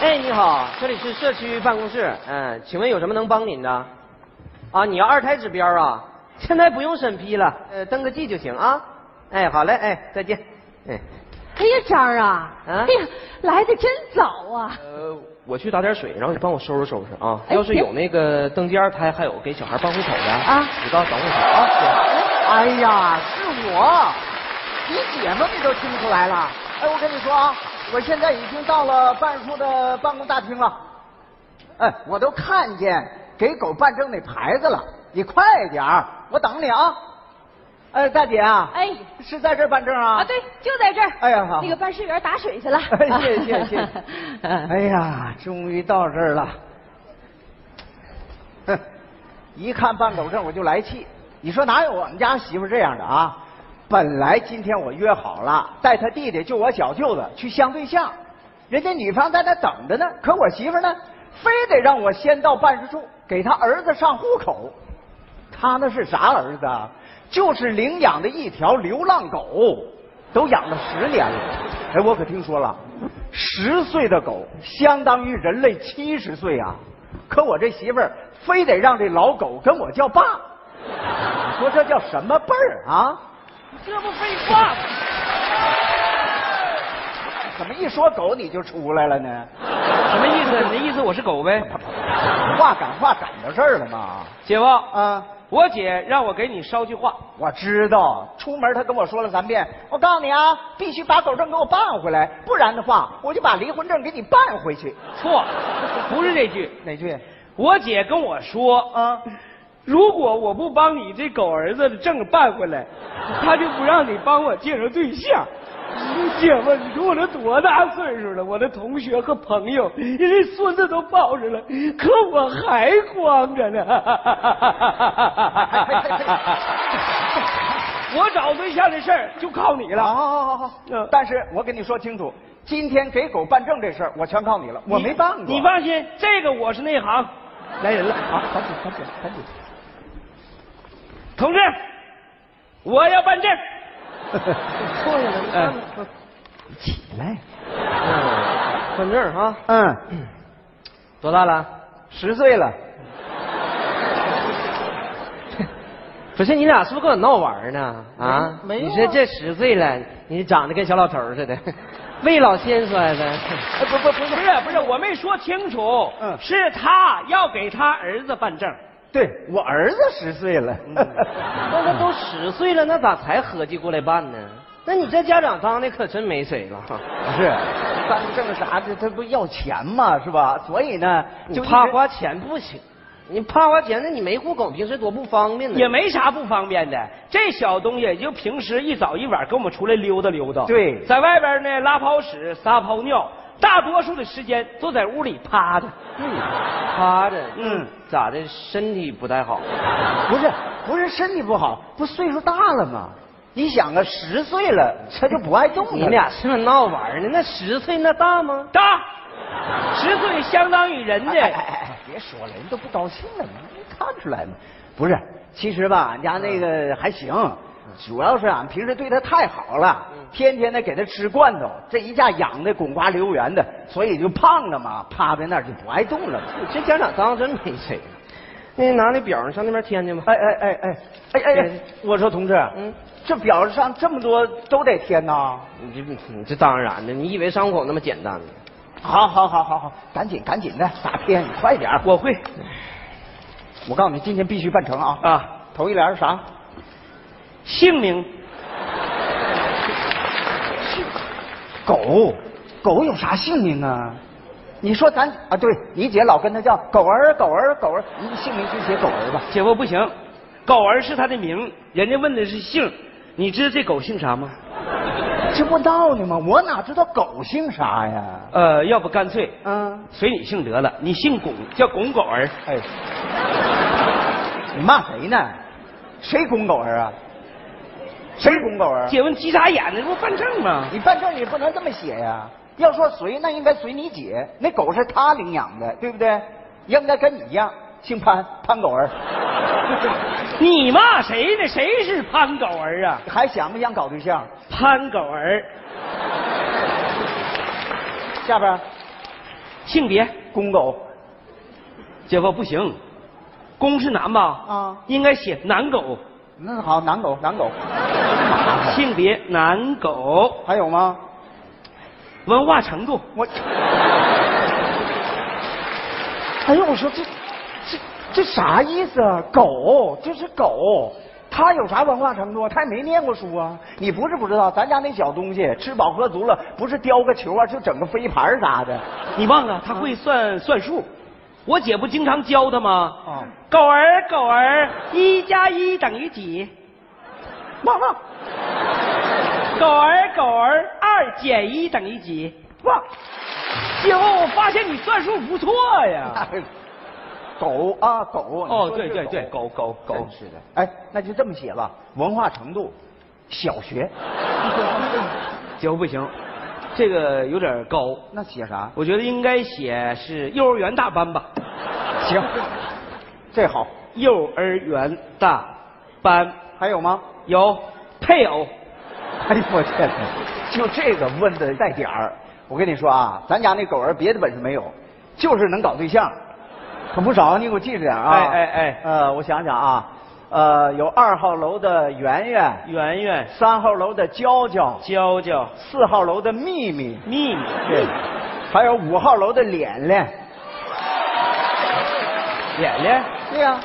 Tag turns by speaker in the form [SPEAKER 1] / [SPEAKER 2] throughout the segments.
[SPEAKER 1] 哎，你好，这里是社区办公室，嗯，请问有什么能帮您的？啊，你要二胎指标啊？现在不用审批了，呃，登个记就行啊。哎，好嘞，哎，再见。哎，
[SPEAKER 2] 哎呀，张儿啊，
[SPEAKER 1] 啊
[SPEAKER 2] 哎呀，来的真早啊！
[SPEAKER 1] 呃，我去打点水，然后你帮我收拾收拾啊。
[SPEAKER 2] 哎
[SPEAKER 1] 要是有那个登记二胎，还有给小孩办户口的
[SPEAKER 2] 啊
[SPEAKER 1] 你到找我去啊。
[SPEAKER 3] 哎呀，是我，你姐夫你都听出来了。哎，我跟你说啊，我现在已经到了办事处的办公大厅了。哎，我都看见给狗办证那牌子了，你快点儿，我等你啊。哎，大姐啊，
[SPEAKER 2] 哎
[SPEAKER 3] 是在这儿办证啊？
[SPEAKER 2] 啊，对，就在这儿。
[SPEAKER 3] 哎呀好
[SPEAKER 2] 那个办事员打水去了。
[SPEAKER 3] 哎 谢谢谢 谢
[SPEAKER 2] 哎
[SPEAKER 3] 哎呀，终于到这儿了。哼，一看办狗证我就来气。你说哪有我们家媳妇这样的啊？本来今天我约好了带他弟弟，就我小舅子去相对象，人家女方在那等着呢。可我媳妇呢，非得让我先到办事处给他儿子上户口。他那是啥儿子啊？就是领养的一条流浪狗，都养了十年了。哎，我可听说了，十岁的狗相当于人类七十岁啊！可我这媳妇儿非得让这老狗跟我叫爸，你说这叫什么辈儿啊？
[SPEAKER 2] 这不废话吗？
[SPEAKER 3] 怎么一说狗你就出来了呢？
[SPEAKER 1] 什么意思？你的意思我是狗呗？
[SPEAKER 3] 话赶话赶到这儿了吗？
[SPEAKER 1] 姐夫，
[SPEAKER 3] 啊，
[SPEAKER 1] 我姐让我给你捎句话。
[SPEAKER 3] 我知道，出门他跟我说了三遍，我告诉你啊，必须把狗证给我办回来，不然的话，我就把离婚证给你办回去。
[SPEAKER 1] 错，不是这句。
[SPEAKER 3] 哪句？
[SPEAKER 1] 我姐跟我说啊，如果我不帮你这狗儿子的证办回来，他就不让你帮我介绍对象。姐夫，你说我都多大岁数了？我的同学和朋友，人家孙子都抱着了，可我还光着呢。 我找对象的事儿就靠你了。
[SPEAKER 3] 好好好好好
[SPEAKER 1] 嗯。
[SPEAKER 3] 但是我跟你说清楚，今天给狗办证这事儿，我全靠你了，我没办过。
[SPEAKER 1] 你放心，这个我是内行。来人了，
[SPEAKER 3] 啊？赶紧赶紧赶紧！
[SPEAKER 1] 同志，我要办证。
[SPEAKER 3] 错了，你
[SPEAKER 1] 看
[SPEAKER 3] 看，起来。
[SPEAKER 1] 嗯办证啊，
[SPEAKER 3] 嗯，
[SPEAKER 1] 多大了？
[SPEAKER 3] 十 岁了。
[SPEAKER 1] 不是你俩是不是跟我闹玩呢？啊，
[SPEAKER 3] 没没有啊
[SPEAKER 1] 你说这十岁了，你长得跟小老头儿似的，未老先衰的。
[SPEAKER 3] 哎，不不不
[SPEAKER 4] 呃不是不是，我没说清楚，
[SPEAKER 3] 嗯
[SPEAKER 4] 是他要给他儿子办证，
[SPEAKER 3] 对我儿子十岁了。
[SPEAKER 1] 那他都十岁了，那咋才合计过来办呢？那你这家长当的可真没谁了。
[SPEAKER 3] 不 是，办证啥的，他不要钱嘛，是吧？所以呢，
[SPEAKER 1] 你
[SPEAKER 3] 就一直
[SPEAKER 1] 怕花钱不行，你怕花钱，那你没户口，平时多不方
[SPEAKER 3] 嗯
[SPEAKER 1] 便呢。
[SPEAKER 4] 也没啥不方便的。这小东西也就平时一早一晚跟我们出来溜达溜达，
[SPEAKER 3] 对
[SPEAKER 4] 在外边呢拉泡屎撒泡尿，大多数的时间都在屋里趴着。
[SPEAKER 1] 嗯，趴着，
[SPEAKER 3] 嗯，
[SPEAKER 1] 咋的？身体不太好。
[SPEAKER 3] 不是不是身体不好，不岁数大了吗？你想啊，十岁 了，他就不爱动弹了。
[SPEAKER 1] 你俩是不是闹玩呢？那十岁那大吗？
[SPEAKER 4] 大，十岁相当于人
[SPEAKER 3] 哎哎
[SPEAKER 4] 的
[SPEAKER 3] 哎哎，别说了，人都不高兴了，你没看出来吗？不是，其实吧，俺家那个还行，主要是俺平时对他太好了，天天的给他吃罐头，这一下养的滚瓜溜圆的，所以就胖了嘛，趴在那儿就不爱动了嘛。
[SPEAKER 1] 你这家长当真没谁了。那拿那表上那边填去吧。
[SPEAKER 3] 哎哎哎哎哎哎哎
[SPEAKER 1] 嗯！
[SPEAKER 3] 我说同志，
[SPEAKER 1] 嗯
[SPEAKER 3] 这表上这么多都得填呐。
[SPEAKER 1] 你这你这当然的，你以为伤口那么简单呢？
[SPEAKER 3] 好好好好好，赶紧赶紧的，咋填？你快点儿！
[SPEAKER 4] 我会
[SPEAKER 3] 我告诉你，今天必须办成啊！
[SPEAKER 4] 啊，
[SPEAKER 3] 头一联是啥？
[SPEAKER 4] 姓名
[SPEAKER 3] 狗，狗有啥姓名啊？你说咱啊，对你姐老跟他叫狗儿，狗儿，狗儿，你姓名就写狗儿吧。
[SPEAKER 4] 姐夫不行，狗儿是他的名，人家问的是姓，你知道这狗姓啥吗？
[SPEAKER 3] 这不闹呢吗？我哪知道狗姓啥呀？
[SPEAKER 4] 呃，要不干脆
[SPEAKER 3] 嗯，
[SPEAKER 4] 随你姓得了，你姓巩，叫巩狗儿。
[SPEAKER 3] 哎，你骂谁呢？谁拱狗儿啊？谁拱狗儿？啊
[SPEAKER 4] 姐啊问急啥眼呢？这不办证吗？
[SPEAKER 3] 你办证你不能这么写呀、要说随，那应该随你姐，那狗是她领养的，对不对？应该跟你一样，姓潘，潘狗儿。
[SPEAKER 4] 你骂谁呢？谁是潘狗儿啊？
[SPEAKER 3] 还想不想搞对象？
[SPEAKER 4] 潘狗儿，
[SPEAKER 3] 下边儿，
[SPEAKER 4] 性别，
[SPEAKER 3] 公狗
[SPEAKER 4] 姐夫不行，公是男吧？
[SPEAKER 3] 啊
[SPEAKER 4] 应该写男狗，
[SPEAKER 3] 那嗯好，男狗，男狗，
[SPEAKER 4] 性别男狗，
[SPEAKER 3] 还有吗？
[SPEAKER 4] 文化程度，
[SPEAKER 3] 我，哎呦，我说这这这啥意思啊？狗，这是狗，它有啥文化程度啊？它也没念过书啊！你不是不知道，咱家那小东西吃饱喝足了，不是叼个球啊，就整个飞盘儿啥的。
[SPEAKER 4] 你忘了他会算算数，我姐不经常教他吗？
[SPEAKER 3] 啊
[SPEAKER 4] 狗儿狗儿，一加一等于几？
[SPEAKER 3] 旺旺
[SPEAKER 4] 狗儿狗儿，二减一等于几？
[SPEAKER 3] 旺，
[SPEAKER 4] 姐夫，我发现你算数不错呀。
[SPEAKER 3] 狗啊狗！你
[SPEAKER 4] 哦，
[SPEAKER 3] 说
[SPEAKER 4] 对
[SPEAKER 3] 是
[SPEAKER 4] 对对，狗狗狗，
[SPEAKER 3] 真是的。哎，那就这么写吧，文化程度，小学。
[SPEAKER 4] 姐夫不 行，这个有点高，
[SPEAKER 3] 那写啥？
[SPEAKER 4] 我觉得应该写是幼儿园大班吧。
[SPEAKER 3] 行，这好。
[SPEAKER 4] 幼儿园大班
[SPEAKER 3] 还有吗？
[SPEAKER 4] 有配偶，
[SPEAKER 3] 哎呦我天哪！就这个问的带点儿，我跟你说啊，咱家那狗儿别的本事没有，就是能搞对象，可不少。你给我记着点儿啊。
[SPEAKER 4] 哎哎哎
[SPEAKER 3] 呃，我想想啊，呃，有二号楼的圆圆，
[SPEAKER 4] 圆圆、
[SPEAKER 3] 三号楼的娇娇，
[SPEAKER 4] 娇娇、
[SPEAKER 3] 四号楼的秘密，
[SPEAKER 4] 秘密、
[SPEAKER 3] 对，还有五号楼的脸脸。
[SPEAKER 4] 脸脸。
[SPEAKER 3] 对呀、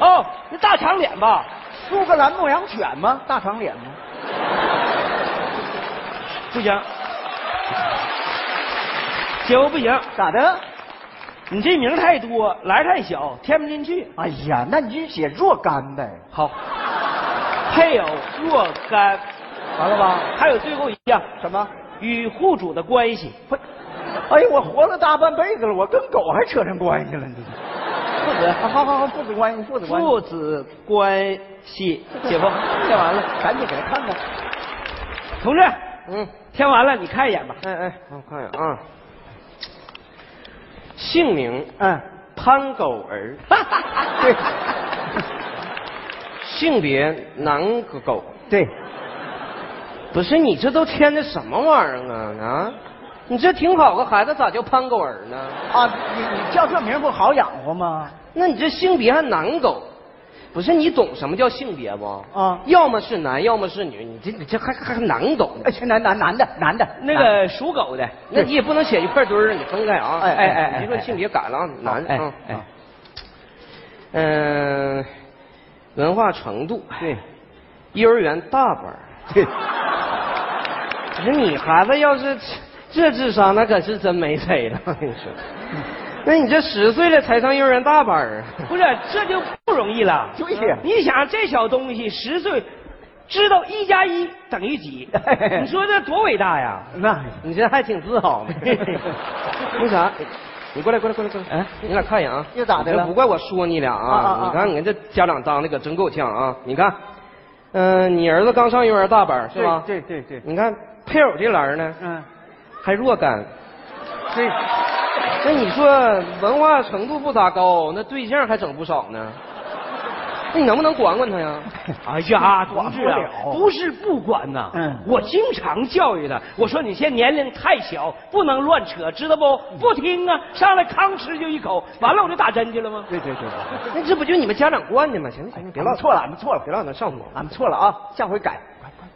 [SPEAKER 4] 哦，那大长脸吧？
[SPEAKER 3] 苏格兰牧羊犬吗？大长脸吗？
[SPEAKER 4] 不行，姐夫不行，
[SPEAKER 3] 咋的？
[SPEAKER 4] 你这名儿太多，栏儿太小，填不进去。
[SPEAKER 3] 哎呀，那你就写若干呗，
[SPEAKER 4] 好，配偶若干，
[SPEAKER 3] 完了吧？
[SPEAKER 4] 还有最后一样，
[SPEAKER 3] 什么？
[SPEAKER 4] 与户主的关系。
[SPEAKER 3] 不，哎呀，我活了大半辈子了，我跟狗还扯上关系了呢。
[SPEAKER 4] 父子
[SPEAKER 3] 啊，好好好，父子关系，父子关系。
[SPEAKER 4] 父子关系，姐夫填完了，
[SPEAKER 3] 赶紧给他看看。
[SPEAKER 4] 同志
[SPEAKER 3] 嗯，
[SPEAKER 4] 填完了，你看一眼吧。
[SPEAKER 1] 哎哎，我看一下啊，姓名
[SPEAKER 3] 嗯，
[SPEAKER 1] 潘狗儿，
[SPEAKER 3] 对，
[SPEAKER 1] 性别男狗狗。
[SPEAKER 3] 对，
[SPEAKER 1] 不是你这都添的什么玩意儿啊啊！你这挺好个孩子，咋叫潘狗儿呢？
[SPEAKER 3] 啊，你你叫这名不好养活吗？
[SPEAKER 1] 那你这性别还男狗？不是你懂什么叫性别不？
[SPEAKER 3] 啊
[SPEAKER 1] 要么是男，要么是女，你这你这还还还男狗呢？
[SPEAKER 3] 哎，男男男的，男的，
[SPEAKER 4] 那个属狗的，
[SPEAKER 1] 那你也不能写一块堆儿啊，你分开啊！
[SPEAKER 3] 哎哎哎哎
[SPEAKER 1] 你说性别改了啊，男
[SPEAKER 4] 哎
[SPEAKER 1] 啊
[SPEAKER 4] 哎，
[SPEAKER 1] 嗯，文化程度
[SPEAKER 4] 对，
[SPEAKER 1] 幼儿园大班儿。
[SPEAKER 3] 对，
[SPEAKER 1] 可是你孩子要是这智商，那可是真没谁了。我跟你 说，那你这十岁了才上幼儿园大班儿啊？
[SPEAKER 4] 不是这就不容易了。
[SPEAKER 3] 对呀
[SPEAKER 4] 你想这小东西十岁，知道一加一等于 几？你说这多伟大呀！
[SPEAKER 3] 那
[SPEAKER 1] 你这还挺自豪呢。 那啥，你过来，过来，过来，过来。哎，你俩看一眼啊。
[SPEAKER 3] 又咋的
[SPEAKER 1] 你
[SPEAKER 3] 了
[SPEAKER 1] 这不怪我说你俩啊！
[SPEAKER 3] 啊啊啊
[SPEAKER 1] 你看，你看这家长当的可真够呛啊！你看，嗯、你儿子刚上幼儿园大班儿是吧？
[SPEAKER 3] 对对对，
[SPEAKER 1] 你看配偶这栏儿呢，
[SPEAKER 3] 嗯，
[SPEAKER 1] 还若干。
[SPEAKER 3] 对，
[SPEAKER 1] 那你说文化程度不咋高，那对象还整不少呢。那你能不能管管他呀？
[SPEAKER 4] 哎呀，同
[SPEAKER 3] 管不
[SPEAKER 4] 志啊
[SPEAKER 3] 了，
[SPEAKER 4] 不是不管呐，
[SPEAKER 3] 嗯
[SPEAKER 4] 我经常教育他，我说你现在年龄太小，不能乱扯，知道不？不听啊，上来吭哧就一口，完了我就打针去了吗？
[SPEAKER 3] 对对对，
[SPEAKER 1] 那这不就你们家长惯的吗？行了行了，别唠
[SPEAKER 3] 俺们错了，俺们错了，
[SPEAKER 1] 别唠那上头。
[SPEAKER 3] 俺们错了啊，下回改。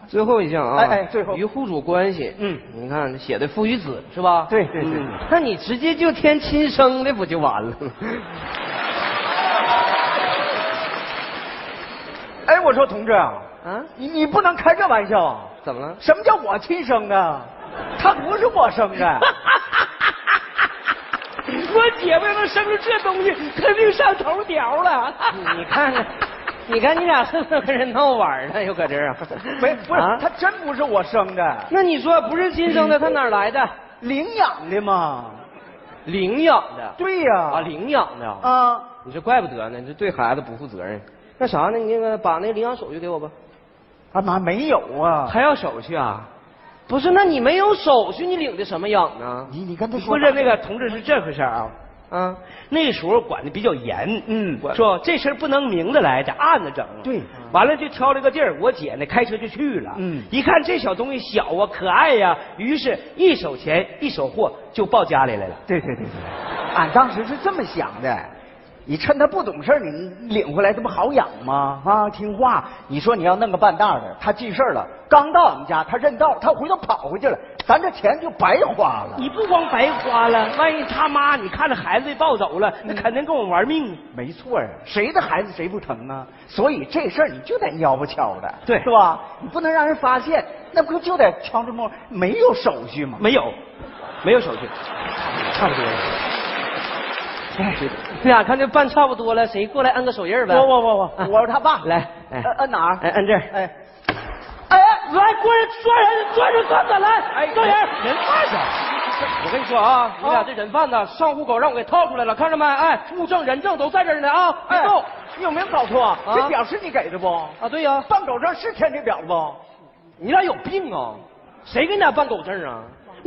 [SPEAKER 1] 最后一项啊，
[SPEAKER 3] 哎哎最后
[SPEAKER 1] 与户主关系，
[SPEAKER 3] 嗯，
[SPEAKER 1] 你看写的父与子是吧？嗯
[SPEAKER 3] 对对对对
[SPEAKER 1] 那你直接就添亲生的不就完了吗？
[SPEAKER 3] 哎，我说同志啊，
[SPEAKER 1] 啊，
[SPEAKER 3] 你你不能开这玩笑啊！
[SPEAKER 1] 怎么了？
[SPEAKER 3] 什么叫我亲生的？他不是我生 的。
[SPEAKER 4] 我姐夫要能生出这东西，肯定上头条了。
[SPEAKER 1] 你看看，你看你俩是不是跟人闹玩呢？又搁这儿啊？
[SPEAKER 3] 没，不是，
[SPEAKER 1] 啊
[SPEAKER 3] 他真不是我生的，
[SPEAKER 1] 那你说不是亲生的，他哪儿来的？
[SPEAKER 3] 领养的嘛。
[SPEAKER 1] 领养的。
[SPEAKER 3] 对呀、
[SPEAKER 1] 啊，领养的。啊
[SPEAKER 3] 啊，
[SPEAKER 1] 你这怪不得呢，你这对孩子不负责任。那啥呢？你那个把那领养手续给我吧。
[SPEAKER 3] 啊妈没有啊。
[SPEAKER 1] 还要手续啊？不是，那你没有手续，你领的什么养呢？
[SPEAKER 3] 你你跟他
[SPEAKER 4] 你
[SPEAKER 3] 说
[SPEAKER 4] 不是那个同志是这回事儿啊，
[SPEAKER 1] 啊，
[SPEAKER 4] 那时候管的比较严，
[SPEAKER 3] 嗯
[SPEAKER 4] 管说这事儿不能明着来，得暗着整。
[SPEAKER 3] 对
[SPEAKER 4] 完了就挑了个地儿，我姐呢开车就去了，
[SPEAKER 3] 嗯
[SPEAKER 4] 一看这小东西小啊，可爱呀、于是一手钱一手货就抱家里来了。
[SPEAKER 3] 对对对对，俺当时是这么想的，你趁他不懂事儿你领回来，这不好养吗？啊，听话。你说你要弄个半大的，他记事儿了，刚到俺们家，他认道，他回头跑回去了，咱这钱就白花了。
[SPEAKER 4] 你不光白花了，万一他妈你看着孩子被抱走了，那肯定跟我玩命。啊
[SPEAKER 3] 没错呀，谁的孩子谁不疼啊？所以这事儿你就得蔫不悄的，
[SPEAKER 4] 对
[SPEAKER 3] 是吧？你不能让人发现，那不就得悄着摸，没有手续吗？
[SPEAKER 4] 没有，没有手续。
[SPEAKER 3] 差不多。哎，
[SPEAKER 1] 你俩看这办差不多了，谁过来摁个手印儿呗？
[SPEAKER 3] 我我我我
[SPEAKER 1] 啊
[SPEAKER 3] 我是他爸
[SPEAKER 1] 来，哎
[SPEAKER 3] 摁
[SPEAKER 4] 呃
[SPEAKER 3] 摁哪儿？
[SPEAKER 1] 哎，摁这儿。
[SPEAKER 3] 哎，哎，
[SPEAKER 4] 来，过来抓人，抓人，抓人，来，哎，抓人，
[SPEAKER 1] 人贩子！我跟你说啊，你俩这人贩子上户口让我给套出来了，看着没？哎，物证、人证都在这儿呢啊！别
[SPEAKER 3] 哎
[SPEAKER 1] 动！，
[SPEAKER 3] 你有没有搞错啊？
[SPEAKER 1] 啊
[SPEAKER 3] 这表是你给的不？
[SPEAKER 1] 啊，对呀、
[SPEAKER 3] 办狗证是填这表不？
[SPEAKER 1] 你俩有病啊！谁给你俩办狗证啊？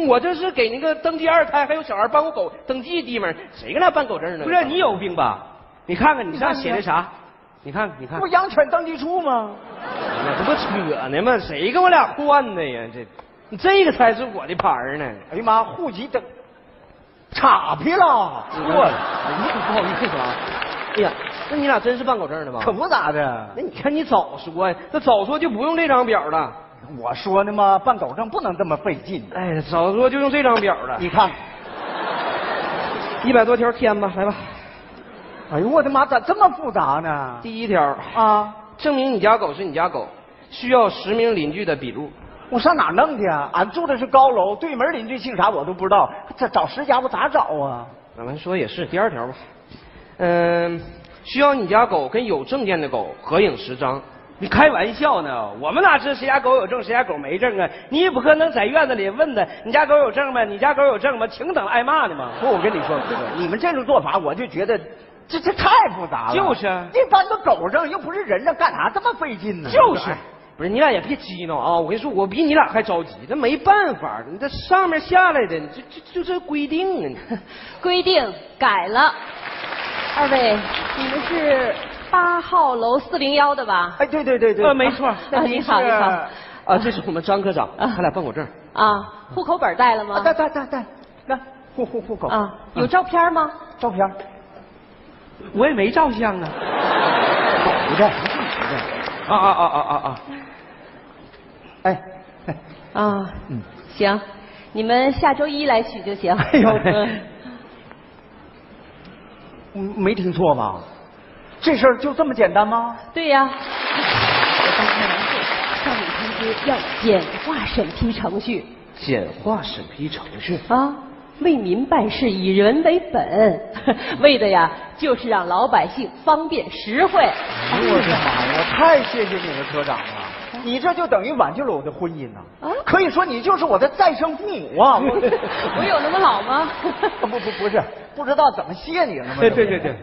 [SPEAKER 1] 我这是给那个登记二胎还有小孩办过狗登记地方，谁给俩办狗证呢？
[SPEAKER 4] 不是你，有病吧？你看看你上写的啥？
[SPEAKER 1] 你看，你看
[SPEAKER 3] 不，养犬登记处吗？
[SPEAKER 1] 这不扯呢吗？谁跟我俩换的呀？这，你这个才是我的牌儿呢。
[SPEAKER 3] 哎呀妈，户籍登岔劈了，
[SPEAKER 1] 错了，哎呀，不好意思啊。哎呀，那你俩真是办狗证的吧？
[SPEAKER 3] 可不咋的。
[SPEAKER 1] 那你看你早说呀，那早说就不用这张表了。
[SPEAKER 3] 我说呢嘛，办狗证不能这么费劲。
[SPEAKER 1] 哎，早说就用这张表了，
[SPEAKER 3] 你看，
[SPEAKER 1] 一百多条填吧，来吧。
[SPEAKER 3] 哎呦我的妈，咋这么复杂呢？
[SPEAKER 1] 第一条，
[SPEAKER 3] 啊，
[SPEAKER 1] 证明你家狗是你家狗，需要实名邻居的笔录。
[SPEAKER 3] 我上哪儿弄去啊？俺住的是高楼，对门邻居姓啥我都不知道，这找石家伙咋找啊？
[SPEAKER 1] 俺们说也是，第二条吧。嗯、需要你家狗跟有证件的狗合影十张。
[SPEAKER 4] 你开玩笑呢？我们哪知谁家狗有证，谁家狗没证啊？你也不可能在院子里问他，你家狗有证没？你家狗有证吗？请等挨骂的吗？
[SPEAKER 3] 不，我跟你说，你们这种做法，我就觉得这这太复杂了。
[SPEAKER 4] 就是啊
[SPEAKER 3] 一般都狗证，又不是人证，干啥这么费劲呢？
[SPEAKER 1] 哎不是你俩也别激闹啊！我跟你说，我比你俩还着急，这没办法，你这上面下来的，你这这就这规定啊！你
[SPEAKER 2] 规定改了。二位，你们是八号楼四零幺的吧？
[SPEAKER 3] 哎，对对对对，
[SPEAKER 4] 呃，没错。
[SPEAKER 2] 啊，你好，你好。
[SPEAKER 1] 啊，这是我们张科长，他俩办狗证。
[SPEAKER 2] 啊，户口本带了
[SPEAKER 3] 啊，
[SPEAKER 2] 吗？
[SPEAKER 3] 带带带带，来户户户口
[SPEAKER 2] 啊，有照片吗？
[SPEAKER 3] 照片，
[SPEAKER 4] 我也没照相啊。
[SPEAKER 3] 不在不在。
[SPEAKER 4] 啊啊啊啊啊啊！
[SPEAKER 3] 哎，哎
[SPEAKER 2] 啊，
[SPEAKER 3] 嗯
[SPEAKER 2] 行，你们下周一来取就行。
[SPEAKER 3] 哎呦
[SPEAKER 2] 嗯
[SPEAKER 3] 嗯没听错吧？这事儿就这么简单吗？
[SPEAKER 2] 对呀、我刚才民政向你通知要简化审批程序
[SPEAKER 1] 简化审批程序。
[SPEAKER 2] 啊，为民办事以人为本， 为的呀就是让老百姓方便实惠。
[SPEAKER 3] 哎呦我的妈呀！我太谢谢你了，科长啊了。你这就等于挽救了我的婚姻呐、
[SPEAKER 2] 啊
[SPEAKER 3] 可以说你就是我的再生父母啊！ 我
[SPEAKER 2] 我有那么老吗？
[SPEAKER 3] 啊不不不是，不知道怎么谢你了吗？
[SPEAKER 4] 对对对对，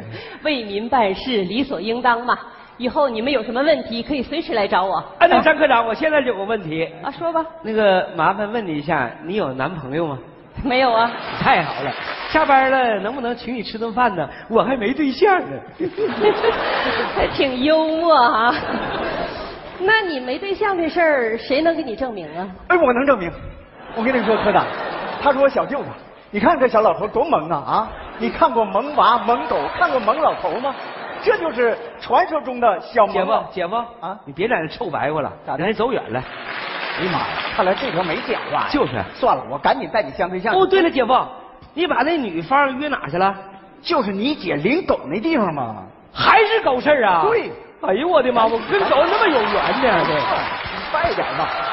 [SPEAKER 2] 为民办事理所应当嘛。以后你们有什么问题可以随时来找我。
[SPEAKER 4] 哎，那张科长，我现在有个问题，
[SPEAKER 2] 啊，说吧。
[SPEAKER 4] 那个麻烦问你一下，你有男朋友吗？
[SPEAKER 2] 没有啊。
[SPEAKER 4] 太好了，下班了能不能请你吃顿饭呢？我还没对 象呢。
[SPEAKER 2] 还挺幽默啊。那你没对象这事儿，谁能给你证明啊？
[SPEAKER 3] 哎，我能证明。我跟你说，科长，他是我小舅子。你看这小老头多萌啊啊！你看过萌娃、萌狗，看过萌老头吗？这就是传说中的小萌
[SPEAKER 4] 姐夫
[SPEAKER 3] 娃。，
[SPEAKER 4] 姐夫
[SPEAKER 3] 啊
[SPEAKER 4] 你别在那臭白话了，
[SPEAKER 3] 咋的
[SPEAKER 4] 人家走远了。
[SPEAKER 3] 哎呀妈呀！看来这条没讲话呀。
[SPEAKER 4] 就是
[SPEAKER 3] 算了，我赶紧带你相对象。
[SPEAKER 4] 哦，对了，姐夫，你把那女方约哪去了？
[SPEAKER 3] 就是你姐领狗那地方嘛。
[SPEAKER 4] 还是狗事儿啊？
[SPEAKER 3] 对。
[SPEAKER 4] 哎呦我的妈！我跟狗那么有缘呢，这。
[SPEAKER 3] 快一点吧。